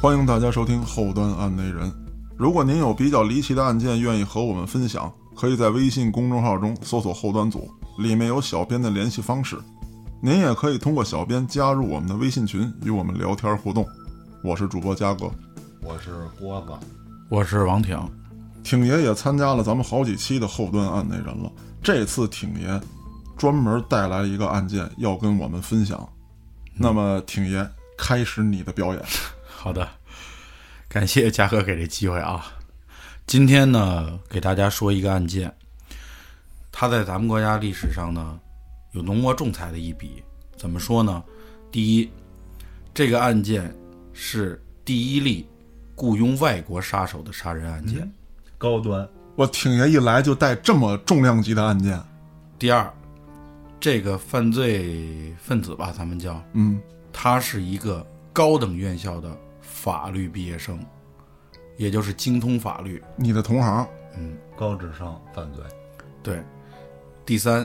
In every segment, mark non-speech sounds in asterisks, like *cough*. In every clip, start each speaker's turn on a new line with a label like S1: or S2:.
S1: 欢迎大家收听《后端案内人》。如果您有比较离奇的案件，愿意和我们分享，可以在微信公众号中搜索“后端组”，里面有小编的联系方式。您也可以通过小编加入我们的微信群，与我们聊天互动。我是主播嘉哥，
S2: 我是郭子，
S3: 我是王挺。
S1: 挺爷也参加了咱们好几期的后端案内人了，这次挺爷专门带来一个案件要跟我们分享。那么，挺爷开始你的表演。
S3: 好的，感谢嘉哥给这机会啊！今天呢，给大家说一个案件，它在咱们国家历史上呢有浓墨重彩的一笔。怎么说呢？第一，这个案件是第一例雇佣外国杀手的杀人案件；
S2: 高端，
S1: 我挺爷一来就带这么重量级的案件，
S3: 第二，这个犯罪分子吧，咱们叫
S1: 嗯，
S3: 他是一个高等院校的法律毕业生，也就是精通法律。
S1: 你的同行，
S2: 高智商犯罪，
S3: 对，第三，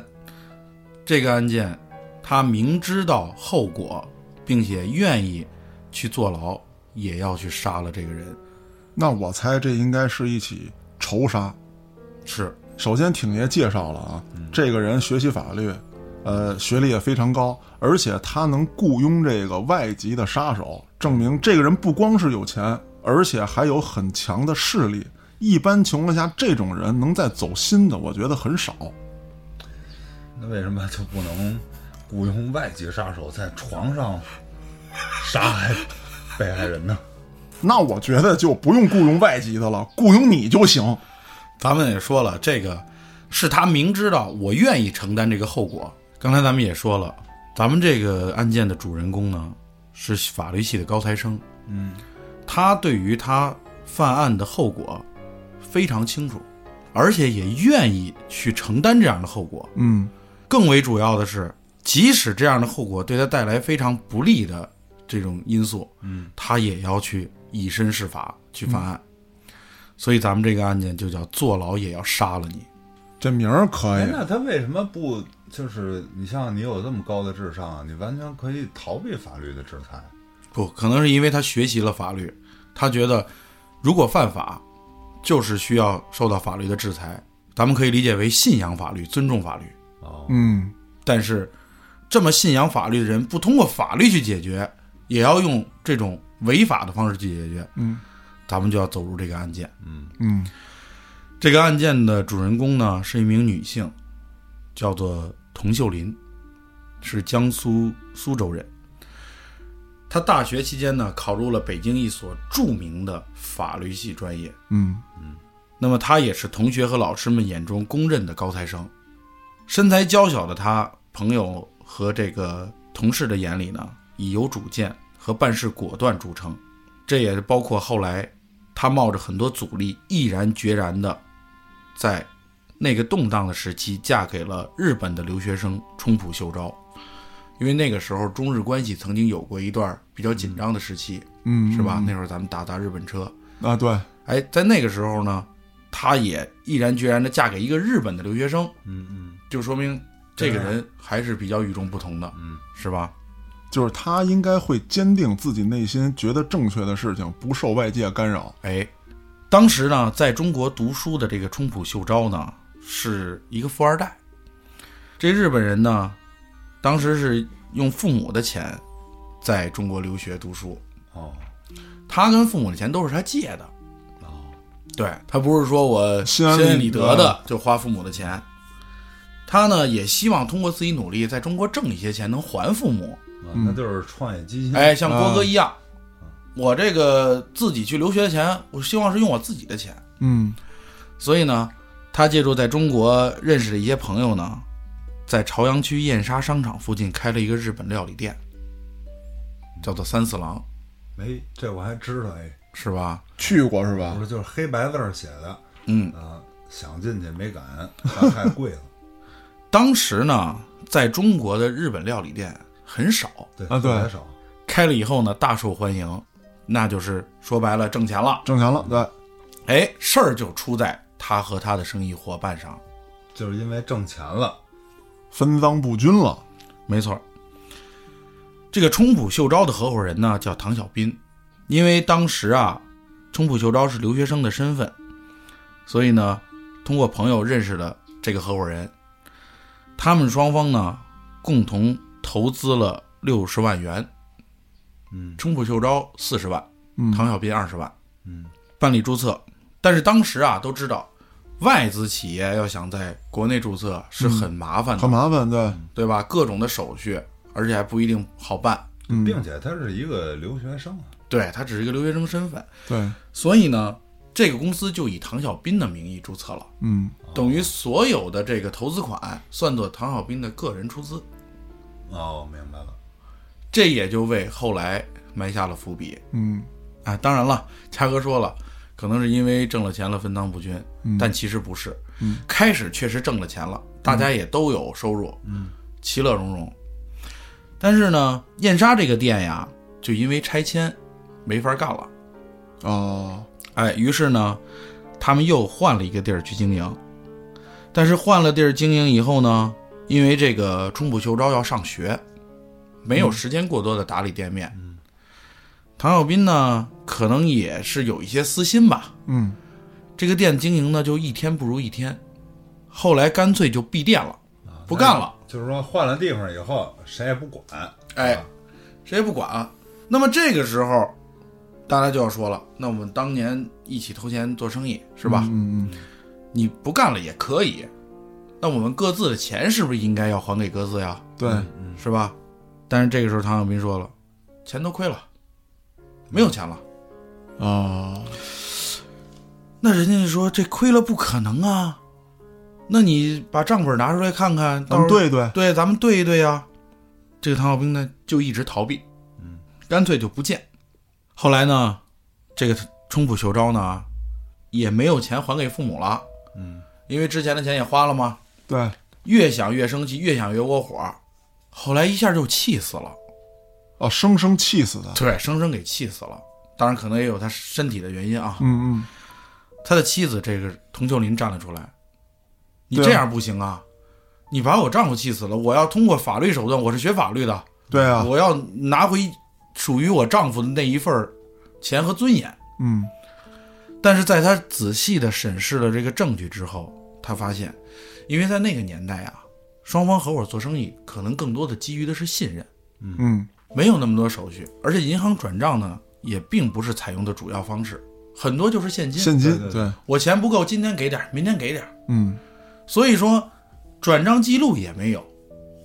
S3: 这个案件他明知道后果，并且愿意去坐牢，也要去杀了这个人。
S1: 那我猜这应该是一起仇杀。
S3: 是，
S1: 首先，挺爷介绍了啊，这个人学习法律，呃，学历也非常高，而且他能雇佣这个外籍的杀手，证明这个人不光是有钱，而且还有很强的势力。一般情况下，这种人能再走心的，我觉得很少。
S2: 那为什么就不能雇佣外籍杀手在床 *laughs* 上杀害被害人呢？
S1: 那我觉得就不用雇佣外籍的了，雇佣你就行。
S3: 咱们也说了，这个是他明知道我愿意承担这个后果。刚才咱们也说了，咱们这个案件的主人公呢是法律系的高材生，
S2: 嗯，
S3: 他对于他犯案的后果非常清楚，而且也愿意去承担这样的后果。
S1: 嗯，
S3: 更为主要的是，即使这样的后果对他带来非常不利的这种因素，
S2: 嗯，
S3: 他也要去以身试法去犯案。所以咱们这个案件就叫坐牢也要杀了你。
S1: 这名儿可
S2: 哎
S1: 以，，
S2: 那他为什么不就是你像你有这么高的智商，啊你完全可以逃避法律的制裁？
S3: 不可能是因为他学习了法律，他觉得如果犯法，就是需要受到法律的制裁。咱们可以理解为信仰法律，尊重法律。
S2: 哦，
S1: 嗯。
S3: 但是，这么信仰法律的人，不通过法律去解决，也要用这种违法的方式去解决。
S1: 嗯，
S3: 咱们就要走入这个案件。
S2: 嗯，
S1: 嗯
S3: 这个案件的主人公呢是一名女性，叫做童秀林，是江苏苏州人。她大学期间呢考入了北京一所著名的法律系专业，
S1: 嗯
S3: 那么他也是同学和老师们眼中公认的高材生，身材娇小的他，朋友和这个同事的眼里呢，以有主见和办事果断著称。这也包括后来他冒着很多阻力，毅然决然的在那个动荡的时期嫁给了日本的留学生冲浦秀昭，因为那个时候中日关系曾经有过一段比较紧张的时期，
S1: 嗯，
S3: 是吧？那会儿咱们打砸日本车，
S1: 啊，对，
S3: 哎，在那个时候呢，她也毅然决然的嫁给一个日本的留学生，
S2: 嗯嗯啊
S3: 就说明这个人还是比较与众不同的，
S2: 嗯，
S3: 是吧？
S1: 就是他应该会坚定自己内心觉得正确的事情，不受外界干扰。
S3: 哎，当时呢，在中国读书的这个冲浦秀昭呢，是一个富二代。这日本人呢，当时是用父母的钱在中国留学读书，
S2: 哦
S3: 他跟父母的钱都是他借的，
S2: 哦，
S3: 对他不是说我
S1: 心
S3: 心
S1: 安
S3: 安
S1: 理
S3: 理
S1: 得
S3: 得的就花父母的钱，他呢也希望通过自己努力在中国挣一些钱能还父母。
S2: 啊那就是创业基金。
S3: 哎，像郭
S1: 啊
S3: 哥一样，我这个自己去留学的钱，我希望是用我自己的钱。
S1: 嗯
S3: 所以呢，他借助在中国认识的一些朋友呢，在朝阳区燕莎商场附近开了一个日本料理店，叫做三四郎，
S2: 哎，这我还知道哎，
S3: 是吧？，
S1: 去过是
S2: 不
S1: 吧？
S2: 是就是黑白字儿写的，
S3: 嗯，
S2: 啊，想进去没敢，怕太贵 *laughs* 了。
S3: 当时呢，在中国的日本料理店很少，
S2: 对
S1: 啊对
S2: 特别少。
S3: 开了以后呢，大受欢迎，那就是说白了挣钱了。
S1: 挣钱了，对，
S3: 哎，事儿就出在他和他的生意伙伴上。
S2: 就是因为挣钱了，
S1: 分赃不均了。
S3: 没错儿，这个冲浦秀昭的合伙人呢叫唐小斌，因为当时啊，冲浦秀昭是留学生的身份，所以呢，通过朋友认识了这个合伙人，他们双方呢共同投资了六十万元，
S2: 嗯
S3: 冲浦秀昭四十万，
S1: 嗯
S3: 唐小斌二十万，
S2: 嗯，
S3: 办理注册。但是当时啊，都知道外资企业要想在国内注册
S2: 嗯
S3: 是很麻烦的，
S1: 很麻烦，对，
S3: 对吧？各种的手续，而且还不一定好办。
S1: 嗯，
S2: 并且他是一个留学生啊，
S3: 对他只是一个留学生身份，
S1: 对，
S3: 所以呢，这个公司就以唐小斌的名义注册了，
S1: 嗯，
S3: 等于所有的这个投资款算作唐小斌的个人出资，
S2: 哦，明白了，
S3: 这也就为后来埋下了伏笔。
S1: 嗯，
S3: 啊，当然了，嘉哥说了，可能是因为挣了钱了分赃不均，
S1: 嗯
S3: 但其实不是。开始确实挣了钱了，大家也都有收入，嗯，其乐融融。但是呢，燕莎这个店呀，就因为拆迁没法干了，
S1: 哦，
S3: 哎，于是呢，他们又换了一个地儿去经营。但是换了地儿经营以后呢，因为这个冲浦秀昭要上学，没有时间过多的打理店面。唐小斌呢，可能也是有一些私心吧，
S1: 嗯，
S3: 这个店经营呢就一天不如一天，后来干脆就闭店了，不干了。
S2: 哎就是说换了地方以后谁也不管，
S3: 哎
S2: 啊，
S3: 谁也不管啊。那么这个时候，大家就要说了，那我们当年一起投钱做生意是吧？
S1: 嗯
S3: 你不干了也可以，那我们各自的钱是不是应该要还给各自呀？
S1: 嗯，对，
S3: 是吧？但是这个时候，唐小斌说了，钱都亏了，没有钱了。
S1: 啊，
S3: 那人家就说这亏了不可能啊，那你把账本拿出来看看，
S1: 咱
S3: 到时
S1: 们
S3: 候
S1: 对对，
S3: 对，咱们对一对呀、这个唐小兵呢就一直逃避，
S2: 嗯，
S3: 干脆就不见。后来呢，这个冲浦秀昭呢也没有钱还给父母了，
S2: 嗯，
S3: 因为之前的钱也花了嘛，
S1: 对，
S3: 越想越生气，越想越窝火，后来一下就气死了，
S1: 哦，生生气死的，
S3: 对，生生给气死了。当然，可能也有他身体的原因啊。
S1: 嗯嗯，
S3: 他的妻子这个佟秀林站了出来，你
S1: 对啊
S3: 这样不行啊！你把我丈夫气死了，我要通过法律手段，我是学法律的，
S1: 对啊，
S3: 我要拿回属于我丈夫的那一份儿钱和尊严。
S1: 嗯，
S3: 但是在他仔细的审视了这个证据之后，他发现，因为在那个年代啊，双方合伙做生意可能更多的基于的是信任，
S1: 嗯，
S3: 没有那么多手续，而且银行转账呢也并不是采用的主要方式，很多就是现金。
S1: 现金，
S2: 对对
S1: 对，
S3: 我钱不够，今天给点儿，明天给点儿，
S1: 嗯，
S3: 所以说转账记录也没有，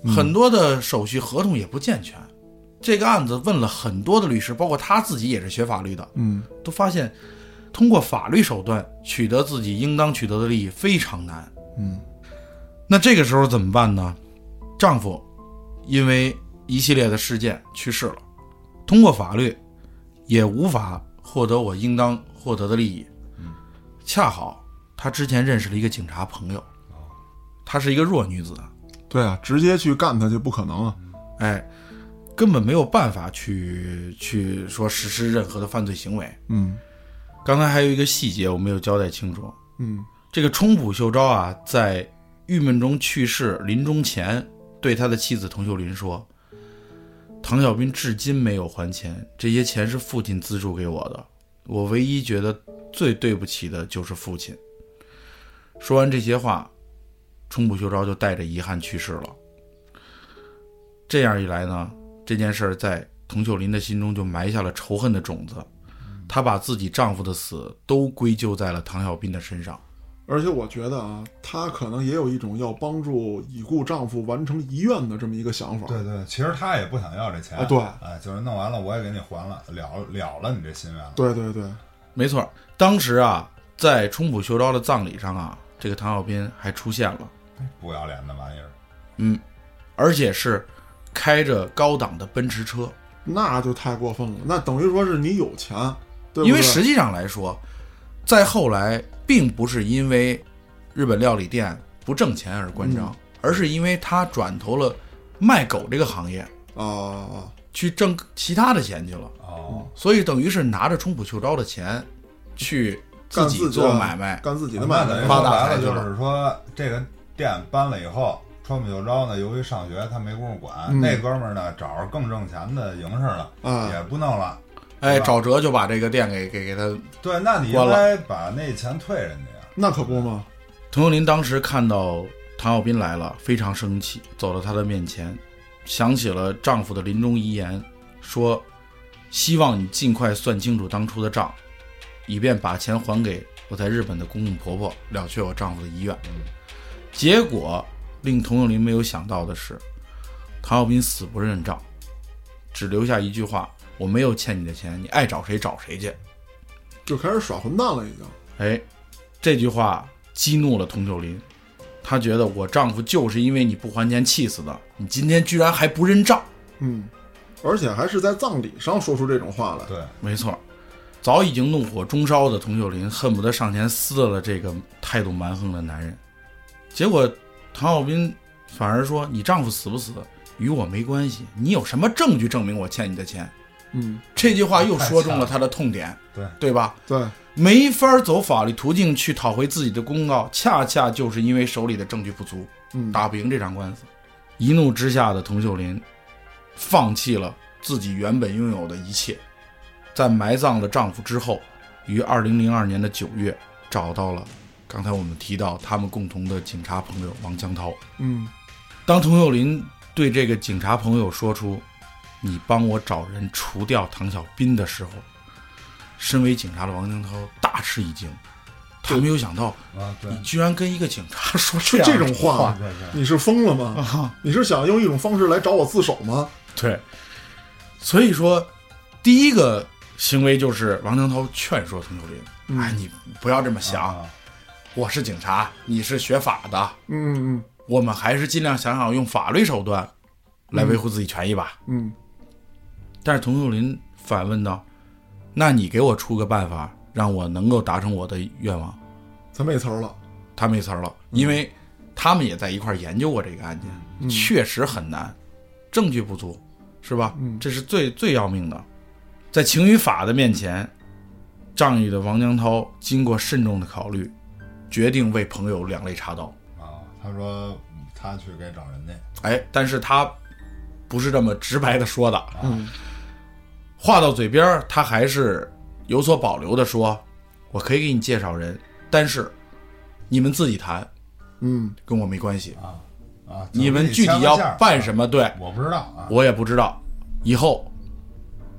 S1: 嗯
S3: 很多的手续合同也不健全。这个案子问了很多的律师，包括他自己也是学法律的，
S1: 嗯，
S3: 都发现通过法律手段取得自己应当取得的利益非常难。
S1: 嗯，
S3: 那这个时候怎么办呢？丈夫因为一系列的事件去世了，通过法律也无法获得我应当获得的利益。
S1: 嗯
S3: 恰好她之前认识了一个警察朋友，她是一个弱女子，
S1: 对啊，直接去干他就不可能啊，
S3: 哎，根本没有办法去去说实施任何的犯罪行为。
S1: 嗯
S3: 刚才还有一个细节我没有交代清楚，
S1: 嗯，
S3: 这个冲浦秀昭啊，在郁闷中去世，临终前对他的妻子佟秀林说：“唐小斌至今没有还钱，这些钱是父亲资助给我的，我唯一觉得最对不起的就是父亲。”说完这些话，冲浦秀昭就带着遗憾去世了。这样一来呢，这件事儿在佟秀林的心中就埋下了仇恨的种子，她把自己丈夫的死都归咎在了唐小斌的身上。
S1: 而且我觉得啊，她可能也有一种要帮助已故丈夫完成遗愿的这么一个想法，
S2: 对对，其实他也不想要这钱
S1: 啊对
S2: 哎，就是弄完了我也给你还了，了了了你这心愿了，
S1: 对对对，
S3: 没错儿，当时啊，在冲浦秀昭的葬礼上啊，这个唐小斌还出现了，
S2: 不要脸的玩意儿，
S3: 而且是开着高档的奔驰车。
S1: 那就太过分了，那等于说是你有钱，对不对？
S3: 因为实际上来说，再后来并不是因为日本料理店不挣钱而关
S1: 嗯
S3: 张，而是因为他转投了卖狗这个行业，
S1: 啊啊，
S3: 去挣其他的钱去了。
S2: 哦，
S3: 所以等于是拿着冲浦秀昭的钱，去
S1: 干
S3: 自己
S1: 的
S3: 做买卖。
S1: 干自己的买
S2: 啊那等于
S1: 卖，
S3: 发
S2: 说
S3: 大
S2: 白
S3: 财
S2: 了
S3: 去
S2: 就
S3: 了
S2: 是说，这个店搬了以后，川普秀招呢，由于上学他没工夫管，
S1: 嗯
S2: 那哥们儿呢找着更挣钱的营生了，
S1: 啊
S2: 也不弄了，
S3: 哎，找辙就把这个店给给给他。
S2: 对，那你
S3: 关
S2: 应
S3: 了
S2: 该把那钱退人家呀。
S1: 那可不嘛，
S3: 佟幼林当时看到唐小斌来了，非常生气，走到他的面前，想起了丈夫的临终遗言，说：“希望你尽快算清楚当初的账，以便把钱还给我在日本的公公婆婆，了却我丈夫的遗愿。”结果令佟幼林没有想到的是，唐小斌死不认账，只留下一句话：“我没有欠你的钱，你爱找谁找谁去。”
S1: 就开始耍混蛋了，已经。
S3: 哎，这句话激怒了佟秀林，她觉得我丈夫就是因为你不还钱气死的，你今天居然还不认账。
S1: 嗯，而且还是在葬礼上说出这种话来。
S2: 对，
S3: 没错，早已经怒火中烧的佟秀林恨不得上前撕了这个态度蛮横的男人，结果唐小斌反而说：“你丈夫死不死与我没关系，你有什么证据证明我欠你的钱
S1: 嗯，？”
S3: 这句话又说中了他的痛点，
S2: 对
S3: 对吧？
S1: 对，
S3: 没法走法律途径去讨回自己的公告，恰恰就是因为手里的证据不足，
S1: 嗯，
S3: 打不赢这场官司。一怒之下的佟秀林放弃了自己原本拥有的一切，在埋葬了丈夫之后，于二零零二年的九月找到了刚才我们提到他们共同的警察朋友王江涛。
S1: 嗯，
S3: 当佟秀林对这个警察朋友说出“你帮我找人除掉唐小斌”的时候，身为警察的王江涛大吃一惊，他没有想到
S2: 啊，对
S3: 你，居然跟一个警察说
S1: 说
S3: 样
S1: 这
S3: 的
S1: 种话，
S2: 对对
S1: 你是疯了吗？
S3: 啊！
S1: 你是想用一种方式来找我自首吗？
S3: 对，所以说第一个行为就是王江涛劝说佟秀林：“
S1: 嗯
S3: 哎，你不要这么想，
S2: 啊
S3: 我是警察，你是学法的，
S1: 嗯
S3: 我们还是尽量想想用法律手段来维护自己权益吧。
S1: 嗯嗯，
S3: 但是佟秀林反问道：“那你给我出个办法，让我能够达成我的愿望
S1: 咱没词儿了。？”
S3: 他没词儿了，因为他们也在一块儿研究过这个案件，确实很难，证据不足，是吧？
S1: 嗯
S3: 这是最最要命的，在情与法的面前，仗义的王江涛经过慎重的考虑，决定为朋友两肋插刀。
S2: 啊，他说他去给找人家，
S3: 哎，但是他不是这么直白的说的，啊
S1: 嗯
S3: 话到嘴边儿，他还是有所保留的说：“我可以给你介绍人，但是你们自己谈，
S1: 嗯
S3: 跟我没关系。
S2: 啊啊，
S3: 你们具体要办什
S2: 么？
S3: 么，对
S2: 我不知道啊，
S3: 我也不知道。以后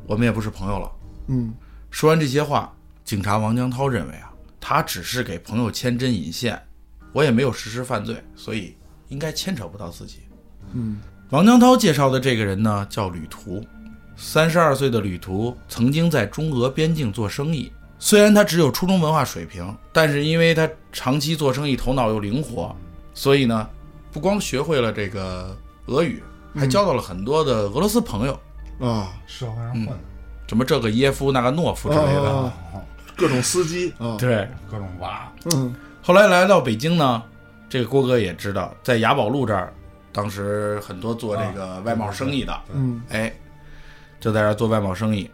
S3: 我们也不是朋友了。
S1: 嗯”
S3: 说完这些话，警察王江涛认为啊，他只是给朋友牵针引线，我也没有实施犯罪，所以应该牵扯不到自己。
S1: 嗯
S3: 王江涛介绍的这个人呢，叫吕图，三十二岁的吕图曾经在中俄边境做生意。虽然他只有初中文化水平，但是因为他长期做生意，头脑又灵活，所以呢，不光学会了这个俄语，还交到了很多的俄罗斯朋友，
S1: 啊，
S2: 社会上混的，
S3: 什么这个耶夫、那个诺夫之类的。
S1: 啊各种司机啊，
S3: 对，
S2: 各种啊娃，
S1: 嗯
S3: 后来来到北京呢，这个郭哥也知道，在雅宝路这儿，当时很多做这个外贸生意的，
S1: 嗯
S3: 哎，就在这儿做外贸生意。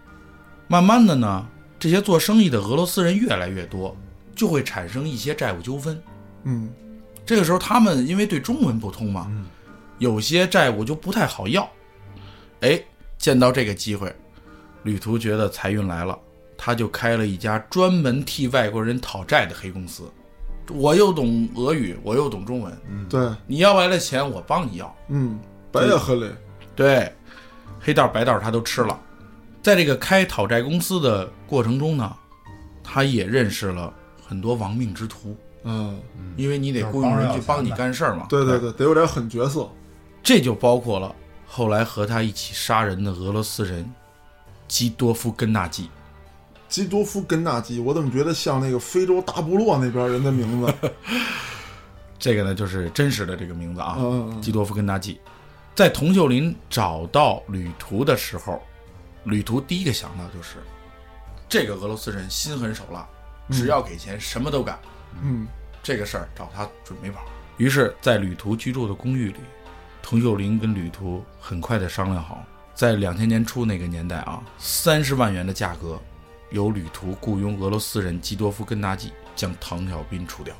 S3: 慢慢的呢，这些做生意的俄罗斯人越来越多，就会产生一些债务纠纷。
S1: 嗯
S3: 这个时候，他们因为对中文不通嘛，
S2: 嗯
S3: 有些债务就不太好要。哎，见到这个机会，旅途觉得财运来了，他就开了一家专门替外国人讨债的黑公司。我又懂俄语，我又懂中文，
S2: 嗯，
S1: 对，
S3: 你要来的钱我帮你要。
S1: 嗯，白夜黑嘞，
S3: 对，黑道白道他都吃了。在这个开讨债公司的过程中呢，他也认识了很多亡命之徒，
S1: 嗯，
S3: 因为你得
S2: 就是
S3: 雇佣人去
S2: 帮人要
S3: 帮
S2: 钱
S3: 你
S2: 的
S3: 干事儿嘛。
S1: 对对对，得有点狠角色。
S3: 这就包括了后来和他一起杀人的俄罗斯人基多夫根纳季。
S1: 基多夫根纳基，我怎么觉得像那个非洲大部落那边人的名 *laughs* 字？
S3: 这个呢，就是真实的这个名字啊，
S1: 嗯嗯嗯
S3: 基多夫根纳季。在佟秀林找到旅途的时候，旅途第一个想到就是这个俄罗斯人心狠手辣，只要给钱什么都干。
S1: 嗯
S3: 这个事儿找他准没跑。于是，在旅途居住的公寓里，佟秀林跟旅途很快的商量好，在两千年初那个年代啊，三十万元的价格，由旅途雇佣俄罗斯人基多夫根纳季将唐小斌除掉。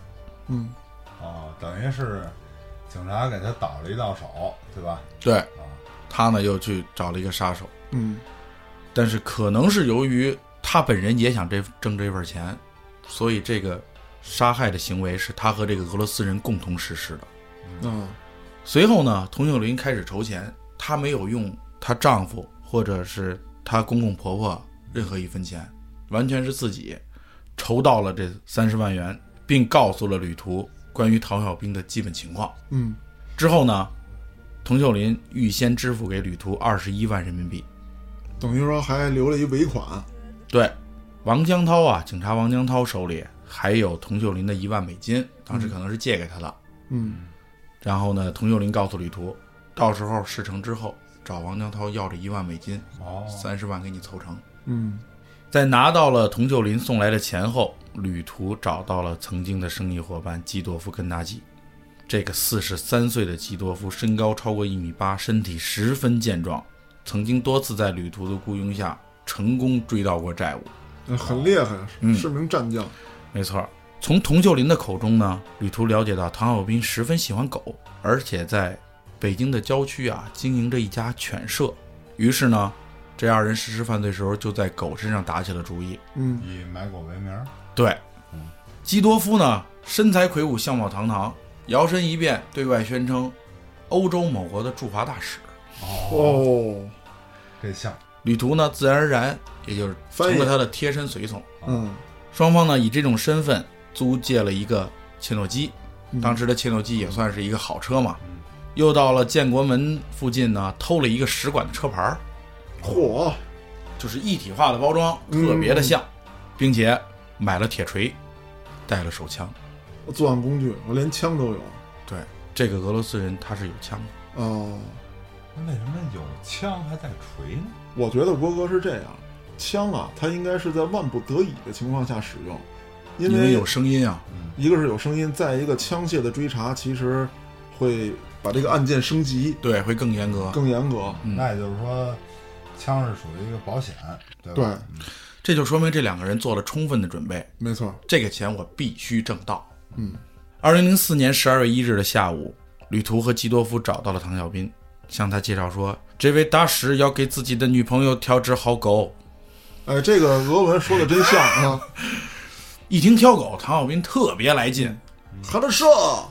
S1: 嗯，
S2: 啊，等于是警察给他倒了一道手，对吧？
S3: 对
S2: 啊，
S3: 他呢又去找了一个杀手，
S1: 嗯
S3: 但是可能是由于他本人也想这挣这份钱，所以这个杀害的行为是他和这个俄罗斯人共同实施的。
S1: 嗯
S3: 随后呢，佟秀林开始筹钱，她没有用她丈夫或者是她公公婆婆任何一分钱，完全是自己筹到了这三十万元，并告诉了旅途关于陶小兵的基本情况。
S1: 嗯
S3: 之后呢，佟秀林预先支付给旅途二十一万人民币。
S1: 等于说还留了一尾款。
S3: 对，王江涛啊，警察王江涛手里还有佟秀林的一万美金，当时可能是借给他的。
S1: 嗯
S3: 然后呢，佟秀林告诉旅途，到时候事成之后找王江涛要这一万美金，
S2: 哦，
S3: 三十万给你凑成。
S1: 嗯
S3: 在拿到了佟秀林送来的钱后，旅途找到了曾经的生意伙伴基多夫根达基。这个四十三岁的基多夫身高超过一米八，身体十分健壮，曾经多次在旅途的雇佣下成功追到过债务。
S1: 那很厉害，
S3: 嗯
S1: 是名战将。
S3: 没错儿，从佟秀林的口中呢，旅途了解到唐小斌十分喜欢狗，而且在北京的郊区啊经营着一家犬舍。于是呢，这二人实施犯罪时候就在狗身上打起了主意。
S1: 嗯
S2: 以买狗为名儿，
S3: 对，基多夫呢身材魁梧，相貌堂堂，摇身一变对外宣称欧洲某国的驻华大使。
S1: 哦，
S2: 这像
S3: 旅途呢自然而然也就是成
S1: 翻
S3: 了
S1: 译
S3: 他的贴身随从。
S1: 嗯
S3: 双方呢以这种身份租借了一个切诺基，当时的切诺基也算是一个好车嘛。又到了建国门附近呢，偷了一个使馆的车牌儿，
S1: 嚯，
S3: 就是一体化的包装，
S1: 嗯
S3: 特别的像，并且买了铁锤，带了手枪。
S1: 作案工具，我连枪都有。
S3: 对，这个俄罗斯人他是有枪的。
S1: 哦，
S2: 那为什么有枪还带锤呢？
S1: 我觉得博哥是这样，枪啊，它应该是在万不得已的情况下使用，因
S3: 因为
S1: 为
S3: 有声音啊，
S1: 一个是有声音，再一个枪械的追查其实会把这个案件升级
S3: 对，会更严格。
S1: 更严格。
S3: 嗯
S2: 那也就是说，枪是属于一个保险，对吧？
S1: 对，
S3: 这就说明这两个人做了充分的准备。
S1: 没错。
S3: 这个钱我必须挣到。
S1: 嗯，
S3: 二零零四年十二月一日的下午，旅途和基多夫找到了唐小斌，向他介绍说，这位大使要给自己的女朋友挑只好狗。
S1: 哎，这个俄文说的真像
S3: *laughs*
S1: 啊，
S3: 一听挑狗，唐小斌特别来劲，
S1: 哈德舍，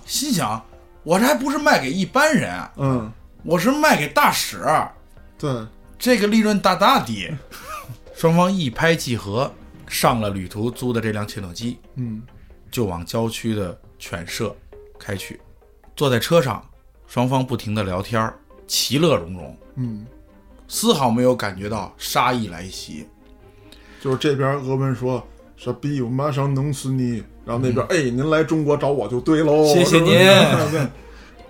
S3: 心想：我这还不是卖给一般人啊，
S1: 嗯，
S3: 我是卖给大使，啊
S1: 对，
S3: 这个利润大大的。双方一拍即合，上了旅途租的这辆切诺基，
S1: 嗯
S3: 就往郊区的犬舍开去。坐在车上，双方不停地聊天儿，其乐融融，
S1: 嗯，
S3: 丝毫没有感觉到杀意来袭。
S1: 就是这边俄文说傻逼，我马上弄死你，然后那边、哎，您来中国找我就对喽，
S3: 嗯谢谢您
S1: 是不是对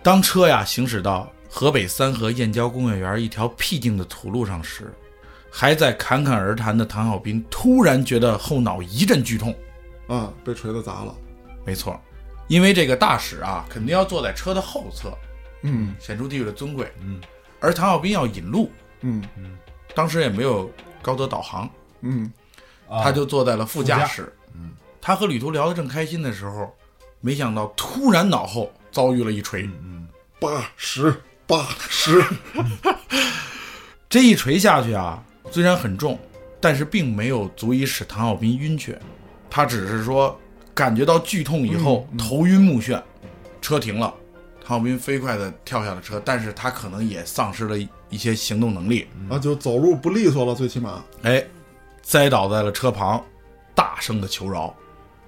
S3: 当车呀行驶到河北三河燕郊工业园一条僻静的土路上时，还在侃侃而谈的唐小斌突然觉得后脑一阵剧痛。
S1: 啊，被锤子砸了，
S3: 没错，因为这个大使啊，肯定要坐在车的后侧，
S1: 嗯
S3: 显出地位的尊贵。
S2: 嗯，
S3: 而唐小斌要引路，
S1: 嗯
S3: 当时也没有高德导航，
S1: 嗯，
S2: 啊
S3: 他就坐在了副驾
S2: 驾
S3: 驶。嗯，他和旅途聊得正开心的时候，没想到突然脑后遭遇了一锤。
S1: 八十八十，
S3: 这一锤下去啊，虽然很重，但是并没有足以使唐小斌晕厥，他只是说感觉到剧痛以后、头晕目眩，车停了。唐小斌飞快地跳下了车，但是他可能也丧失了一些行动能力，
S1: 啊，就走路不利索了，最起码，
S3: 哎，栽倒在了车旁，大声的求饶，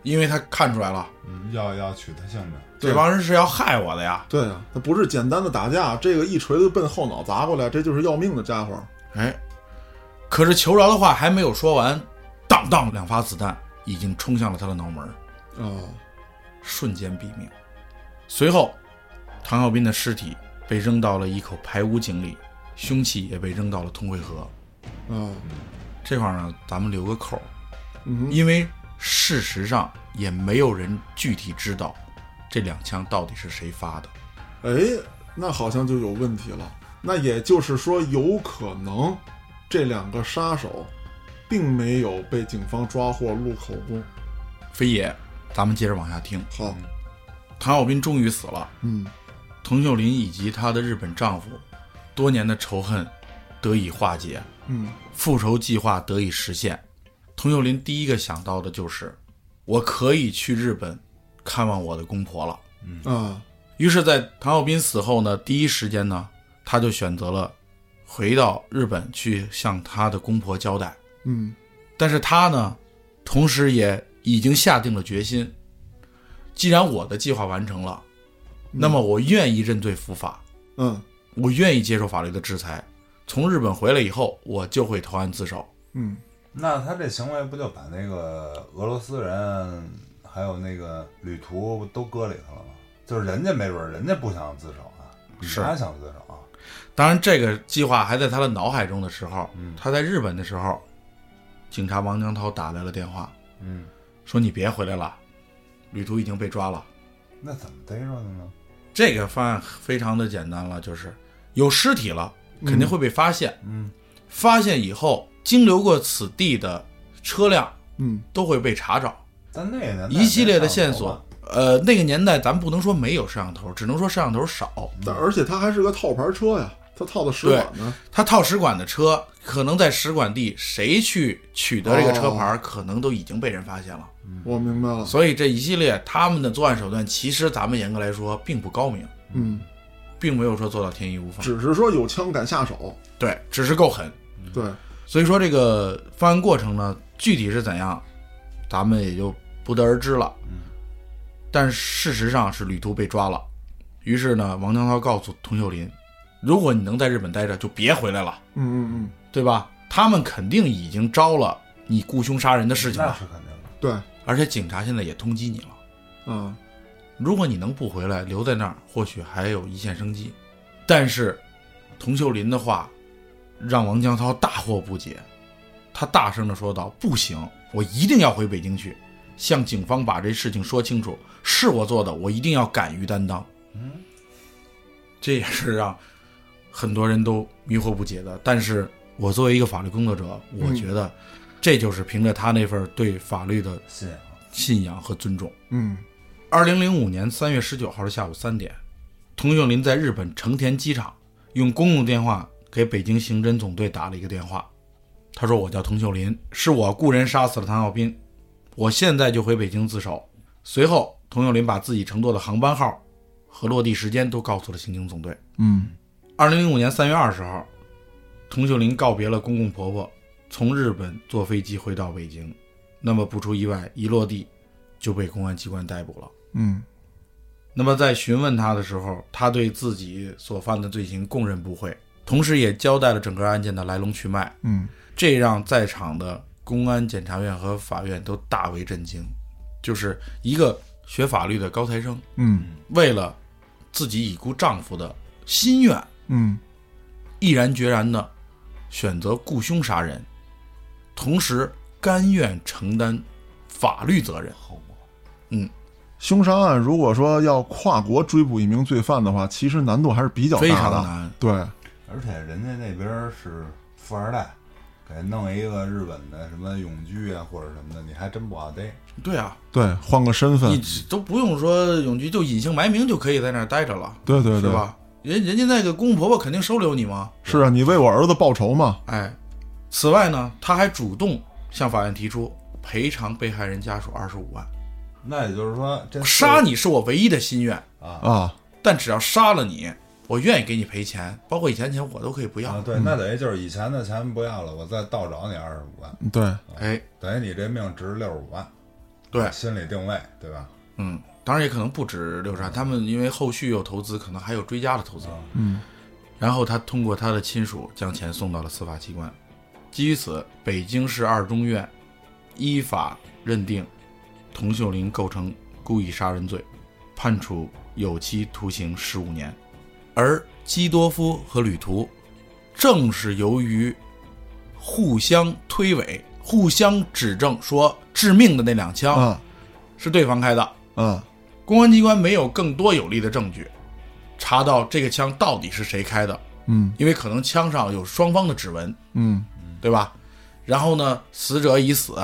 S3: 因为他看出来了，
S2: 嗯要要取他性命。
S1: 对
S3: 这帮人是要害我的呀。
S1: 对啊，他不是简单的打架，这个一锤子奔后脑砸过来，这就是要命的家伙，
S3: 哎，可是求饶的话还没有说完，当当两发子弹已经冲向了他的脑门儿，
S1: 啊，
S3: 瞬间毙命。随后，唐小斌的尸体被扔到了一口排污井里，凶器也被扔到了通惠河。
S1: 啊，
S3: 这块儿呢，咱们留个扣儿，
S1: 嗯
S3: 因为事实上也没有人具体知道这两枪到底是谁发的。
S1: 哎，那好像就有问题了。那也就是说，有可能这两个杀手并没有被警方抓获录口供。
S3: 非也，咱们接着往下听。
S1: 好，
S3: 唐小斌终于死了，
S1: 嗯
S3: 佟秀林以及她的日本丈夫多年的仇恨得以化解，
S1: 嗯，
S3: 复仇计划得以实现。佟秀林第一个想到的就是，我可以去日本看望我的公婆了。
S1: 啊，
S3: 于是，在唐小斌死后呢，第一时间呢，他就选择了回到日本去向他的公婆交代。
S1: 嗯
S3: 但是他呢，同时也已经下定了决心，既然我的计划完成了，那么我愿意认罪伏法，
S1: 嗯
S3: 我愿意接受法律的制裁。从日本回来以后，我就会投案自首。
S1: 嗯
S2: 那他这行为不就把那个俄罗斯人还有那个旅途都搁里头了吗？就是人家没准儿人家不想自首啊，你
S3: 是
S2: 还想自首啊？
S3: 当然，这个计划还在他的脑海中的时候，
S2: 嗯
S3: 他在日本的时候，警察王江涛打来了电话，
S2: 嗯，
S3: 说你别回来了，旅途已经被抓了。
S2: 那怎么逮着的呢？
S3: 这个方案非常的简单了，就是有尸体了，肯定会被发现。
S2: 嗯，
S3: 发现以后，经流过此地的车辆
S1: 嗯
S3: 都会被查找，
S2: 但那个年代
S3: 一系列的线
S2: 没上头
S3: 索
S2: 吧。
S3: 呃，那个年代咱不能说没有摄像头，只能说摄像头少。
S1: 但而且它还是个套牌车呀，它套的使馆呢，
S3: 他套使馆的车，可能在使馆地谁去取得这个车牌，可能都已经被人发现了。
S1: 我明白了，
S3: 所以这一系列他们的作案手段，其实咱们严格来说并不高明，
S1: 嗯，
S3: 并没有说做到天衣无缝。
S1: 只是说有枪敢下手，
S3: 对，只是够狠。
S1: 对，
S3: 所以说这个犯案过程呢，具体是怎样，咱们也就不得而知了。
S2: 嗯，
S3: 但事实上是旅途被抓了。于是呢，王江涛告诉佟秀林，如果你能在日本待着，就别回来了，
S1: 嗯嗯
S3: 对吧？他们肯定已经招了你雇凶杀人的事情
S2: 那
S3: 了，
S2: 是肯定的。
S1: 嗯，对，
S3: 而且警察现在也通缉你了。
S1: 啊，
S3: 如果你能不回来，留在那儿，或许还有一线生机。但是，佟秀林的话让王江涛大惑不解，他大声地说道：“不行，我一定要回北京去，向警方把这事情说清楚，是我做的，我一定要敢于担当。”
S2: 嗯，
S3: 这也是让很多人都迷惑不解的。但是我作为一个法律工作者，我
S1: 嗯
S3: 觉得这就是凭着他那份对法律的
S2: 信啊仰。
S3: 信仰和尊重。
S1: 嗯
S3: 二零零五年三月十九号的下午三点，佟秀林在日本成田机场用公共电话给北京刑侦总队打了一个电话。他说：“我叫佟秀林，是我雇人杀死了唐小斌，我现在就回北京自首。”随后，佟秀林把自己乘坐的航班号和落地时间都告诉了刑警总队。
S1: 嗯
S3: 二零零五年三月二十号，佟秀林告别了公公婆婆，从日本坐飞机回到北京。那么不出意外，一落地就被公安机关逮捕了。
S1: 嗯
S3: 那么在询问他的时候，他对自己所犯的罪行供认不讳，同时也交代了整个案件的来龙去脉，
S1: 嗯
S3: 这让在场的公安、检察院和法院都大为震惊。就是一个学法律的高材生，
S1: 嗯
S3: 为了自己已故丈夫的心愿，
S1: 嗯
S3: 毅然决然地选择雇凶杀人，同时甘愿承担法律责任。
S2: 后果。
S1: 凶杀案如果说要跨国追捕一名罪犯的话，其实难度还是比较
S3: 非常
S1: 大
S3: 难。
S1: 对，
S2: 而且人家那边儿是富二代，给弄一个日本的什么永居啊或者什么的，你还真不好逮。
S3: 对啊，
S1: 对，换个身份
S3: 你，都不用说永居，就隐姓埋名就可以在那儿待着了。
S1: 对对
S3: 是
S1: 对，
S3: 吧？人人家那个公婆婆肯定收留你嘛。
S1: 是啊，你为我儿子报仇嘛，
S3: 哎，此外呢，他还主动向法院提出赔偿被害人家属二十五万。
S2: 那也就是说，
S1: 嗯
S2: 这
S3: 杀你是我唯一的心愿，
S2: 啊
S1: 啊，
S3: 但只要杀了你，我愿意给你赔钱，包括以前钱我都可以不要。
S1: 嗯
S2: 啊，对，那等于就是以前的钱不要了，我再倒找你二十五万，
S1: 对，
S3: 哎，
S2: 等于你这命值六十五万，
S3: 对，
S2: 心理定位对吧？
S3: 嗯，当然也可能不止六十万，他们因为后续有投资，可能还有追加的投资。
S1: 嗯
S3: 然后他通过他的亲属将钱送到了司法机关。基于此，北京市二中院依法认定佟秀林构成故意杀人罪，判处有期徒刑十五年。而基多夫和旅途正是由于互相推诿、互相指证说致命的那两枪
S1: 啊
S3: 是对方开的，
S1: 啊，
S3: 公安机关没有更多有力的证据查到这个枪到底是谁开的，
S1: 嗯
S3: 因为可能枪上有双方的指纹，
S1: 嗯
S3: 对吧？然后呢，死者已死，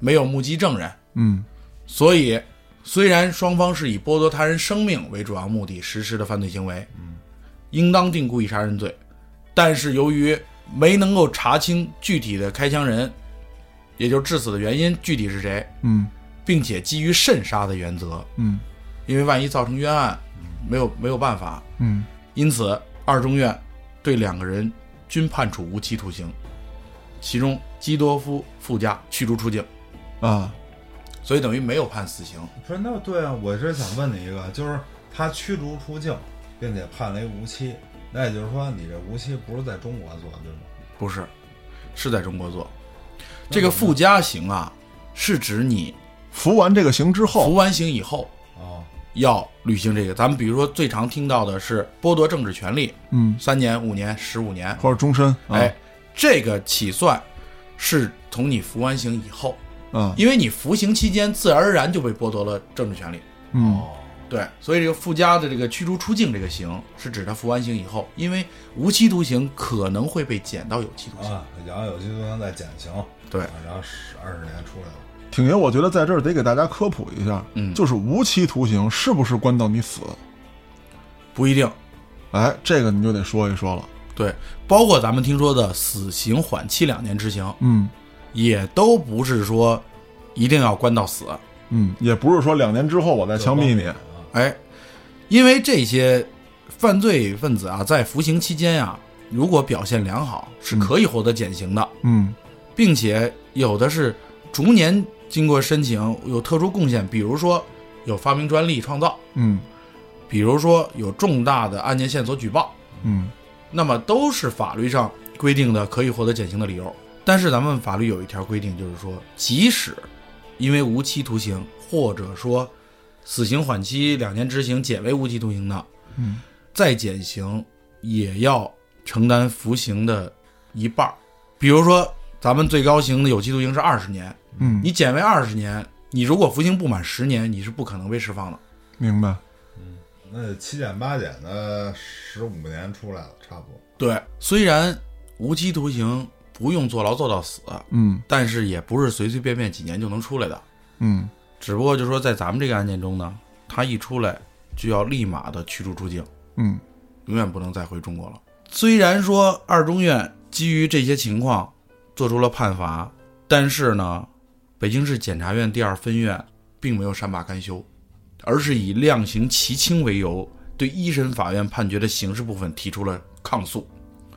S3: 没有目击证人，
S1: 嗯
S3: 所以虽然双方是以剥夺他人生命为主要目的实施的犯罪行为，应当定故意杀人罪，但是由于没能够查清具体的开枪人，也就是致死的原因具体是谁，
S1: 嗯
S3: 并且基于慎杀的原则，
S1: 嗯
S3: 因为万一造成冤案，没有没有办法，
S1: 嗯
S3: 因此二中院对两个人均判处无期徒刑，其中基多夫富家驱逐出境，
S1: 啊，
S3: 所以等于没有判死刑。
S2: 不是，那对啊，我这想问你一个，就是他驱逐出境，并且判了一无期，那也就是说你这无期不是在中国做的，对吗？
S3: 不是，是在中国做。这个附加刑啊，是指你
S1: 服完这个刑之
S3: 服
S1: 后，
S3: 完刑以后
S2: 哦，
S3: 要履行这个。咱们比如说最常听到的是剥夺政治权利，
S1: 嗯，
S3: 三年、五年、十五年，
S1: 或者终身，啊
S3: 哎，这个起算是从你服完刑以后，
S1: 啊，
S3: 因为你服刑期间自然而然就被剥夺了政治权利。
S1: 嗯
S2: 哦，
S3: 对，所以这个附加的这个驱逐出境这个刑，是指他服完刑以后，因为无期徒刑可能会被减到有期徒刑。
S2: 啊，然后有期徒刑再减刑，
S3: 对
S2: 啊，然后十二十年出来了。
S1: 挺爷，我觉得在这儿得给大家科普一下，
S3: 嗯
S1: 就是无期徒刑是不是关到你死？啊
S3: 不一定，
S1: 哎，这个你就得说一说了，
S3: 对，包括咱们听说的死刑缓期两年执行，
S1: 嗯
S3: 也都不是说一定要关到死，
S1: 嗯，也不是说两年之后我再枪毙你，
S2: 啊
S3: 哎，因为这些犯罪分子啊，在服刑期间呀、如果表现良好，是可以获得减刑的，
S1: 嗯
S3: 并且有的是逐年经过申请有特殊贡献，比如说有发明专利创造，
S1: 嗯
S3: 比如说有重大的案件线索举报，
S1: 嗯
S3: 那么都是法律上规定的可以获得减刑的理由。但是咱们法律有一条规定，就是说，即使因为无期徒刑或者说死刑缓期两年执行解为无期徒刑的，
S1: 嗯，
S3: 再减刑也要承担服刑的一半儿。比如说，咱们最高刑的有期徒刑是二十年，
S1: 嗯，
S3: 你减为二十年，你如果服刑不满十年，你是不可能被释放的。
S1: 明白，
S2: 那七减八减的十五年出来了，差不多。
S3: 对，虽然无期徒刑不用坐牢坐到死，
S1: 嗯
S3: 但是也不是随随便便几年就能出来的。
S1: 嗯
S3: 只不过就说在咱们这个案件中呢，他一出来就要立马的驱逐出境，
S1: 嗯
S3: 永远不能再回中国了。虽然说二中院基于这些情况做出了判罚，但是呢，北京市检察院第二分院并没有善罢甘休，而是以量刑其轻为由，对一审法院判决的刑事部分提出了抗诉，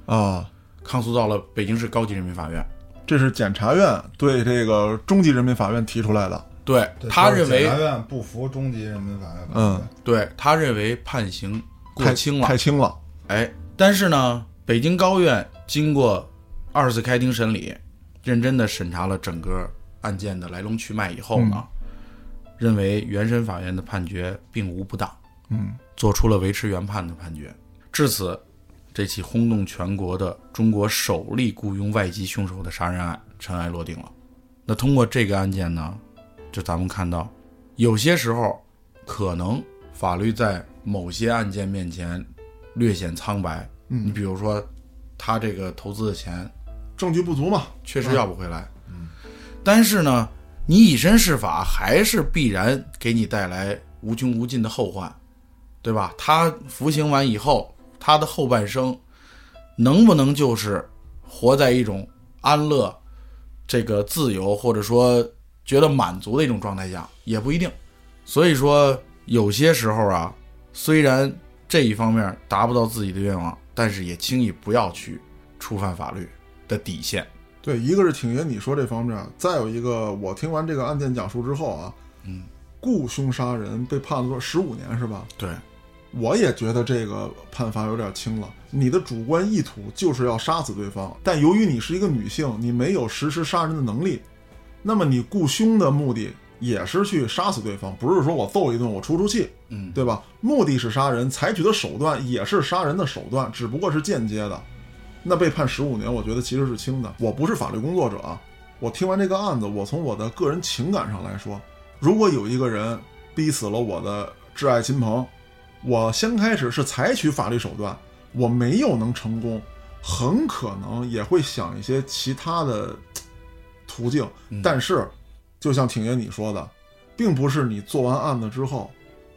S1: 啊，
S3: 抗诉到了北京市高级人民法院。
S1: 这是检察院对这个中级人民法院提出来的，
S3: 对
S2: 对
S3: 他
S2: 就是
S3: 认为
S2: 检察，院不服中级人民法院判决，
S1: 嗯，
S3: 对他认为判刑过
S1: 太
S3: 轻了，
S1: 太轻了，
S3: 哎，但是呢，北京高院经过二次开庭审理，认真的审查了整个案件的来龙去脉以后呢，认为原审法院的判决并无不当，
S1: 嗯
S3: 做出了维持原判的判决。至此，这起轰动全国的中国首例雇佣外籍凶手的杀人案尘埃落定了。那通过这个案件呢，就咱们看到，有些时候可能法律在某些案件面前略显苍白。
S1: 嗯
S3: 你比如说，他这个投资的钱
S1: 证据不足嘛，
S3: 确实要不回来，嗯但是呢，你以身试法还是必然给你带来无穷无尽的后患，对吧？他服刑完以后，他的后半生能不能就是活在一种安乐、这个自由，或者说觉得满足的一种状态下，也不一定。所以说，有些时候啊，虽然这一方面达不到自己的愿望，但是也轻易不要去触犯法律的底线。
S1: 对，一个是挺爷你说这方面，再有一个我听完这个案件讲述之后啊，
S3: 嗯，
S1: 雇凶杀人被判了多十五年是吧？
S3: 对，
S1: 我也觉得这个判罚有点轻了。你的主观意图就是要杀死对方，但由于你是一个女性，你没有实施杀人的能力，那么你雇凶的目的也是去杀死对方，不是说我揍一顿我出出气，
S3: 嗯，
S1: 对吧？目的是杀人，采取的手段也是杀人的手段，只不过是间接的。那被判十五年，我觉得其实是轻的。我不是法律工作者啊，我听完这个案子，我从我的个人情感上来说，如果有一个人逼死了我的挚爱亲朋，我先开始是采取法律手段，我没有能成功，很可能也会想一些其他的嘖途径。但是，就像挺爷你说的，并不是你做完案子之后，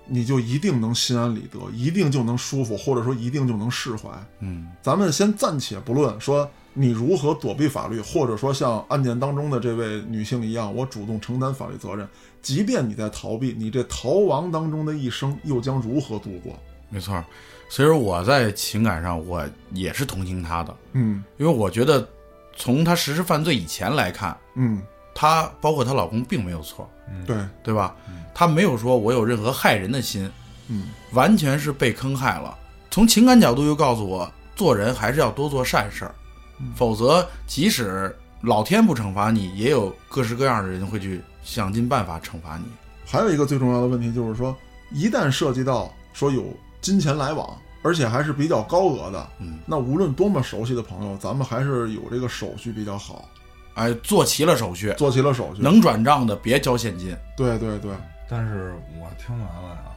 S1: 你就一定能心安理得，一定就能舒服，或者说一定就能释怀。
S3: 嗯
S1: 咱们先暂且不论说你如何躲避法律，或者说像案件当中的这位女性一样，我主动承担法律责任。即便你在逃避，你这逃亡当中的一生又将如何度过？
S3: 没错儿。所以说我在情感上我也是同情他的，
S1: 嗯
S3: 因为我觉得从他实施犯罪以前来看，
S1: 嗯，
S3: 她包括她老公并没有错，
S1: 对，
S3: 对吧？她没有说我有任何害人的心，
S1: 嗯
S3: 完全是被坑害了。从情感角度又告诉我，做人还是要多做善事儿，
S1: 嗯
S3: 否则即使老天不惩罚你，也有各式各样的人会去想尽办法惩罚你。
S1: 还有一个最重要的问题就是说，一旦涉及到说有金钱来往，而且还是比较高额的，
S3: 嗯，
S1: 那无论多么熟悉的朋友，咱们还是有这个手续比较好，
S3: 哎，做齐了手续，
S1: 做齐了手续，
S3: 能转账的别交现金。
S1: 对对对，
S2: 但是我听完了啊，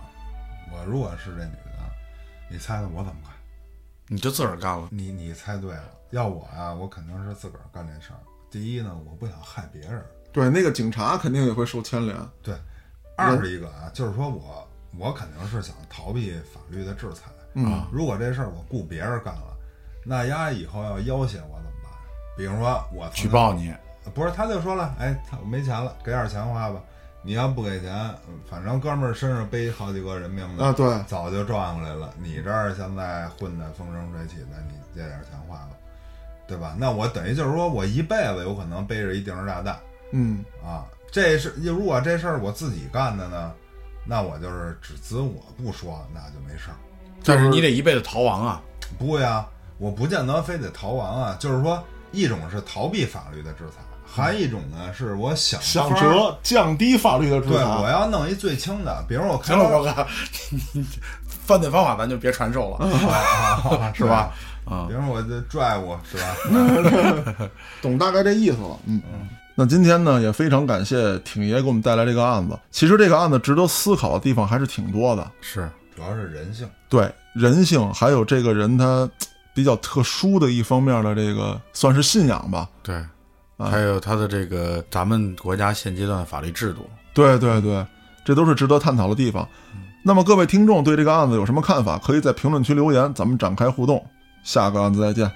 S2: 我如果是这女的，你猜猜我怎么干？
S3: 你就自个儿干了，
S2: 你你猜对了，要我啊，我肯定是自个儿干这事儿。第一呢，我不想害别人；
S1: 对，那个警察肯定也会受牵连，
S2: 对，二是一个啊，就是说我我肯定是想逃避法律的制裁。啊
S1: 嗯
S2: 如果这事儿我雇别人干了，那丫以后要要挟我怎么办？啊比如说我曾经
S3: 举报你。
S2: 不是，他就说了，哎，他我没钱了，给点钱花吧。你要不给钱，嗯反正哥们儿身上背好几个人
S3: 嗯
S2: 命
S1: 啊，
S2: 的，
S1: 对，
S2: 早就赚过来了。你这儿现在混得风生水起的，你借点钱花吧，对吧？那我等于就是说我一辈子有可能背着一定时炸弹
S1: 嗯
S2: 啊。这是如果这事儿我自己干的呢，那我就是只只我不说，那就没事儿。
S3: 但是你得一辈子逃亡啊！
S2: 不会啊，我不见得非得逃亡啊。就是说，一种是逃避法律的制裁，还一种呢是我想
S1: 想
S2: 法儿
S1: 辙降低法律的制
S2: 对，我
S1: 裁。
S2: 要弄一最轻的，比如我开
S3: 行了，
S2: 包
S3: 我哥，你你 *laughs* 犯罪方法咱就别传授了，
S2: 啊，
S3: *laughs*
S2: *laughs*
S3: 是吧？？啊
S2: 比，如我这拽我是
S3: *laughs*
S2: 吧？
S1: 懂大概这意思了，嗯。那今天呢，也非常感谢挺爷给我们带来这个案子。其实这个案子值得思考的地方还是挺多的，
S3: 是，
S2: 主要是人性，
S1: 对人性，还有这个人他比较特殊的一方面的这个算是信仰吧。
S3: 对，还有他的这个咱们国家现阶段的法律制度，
S1: 对对对，这都是值得探讨的地方。那么各位听众对这个案子有什么看法？可以在评论区留言，咱们展开互动。下个案子再见。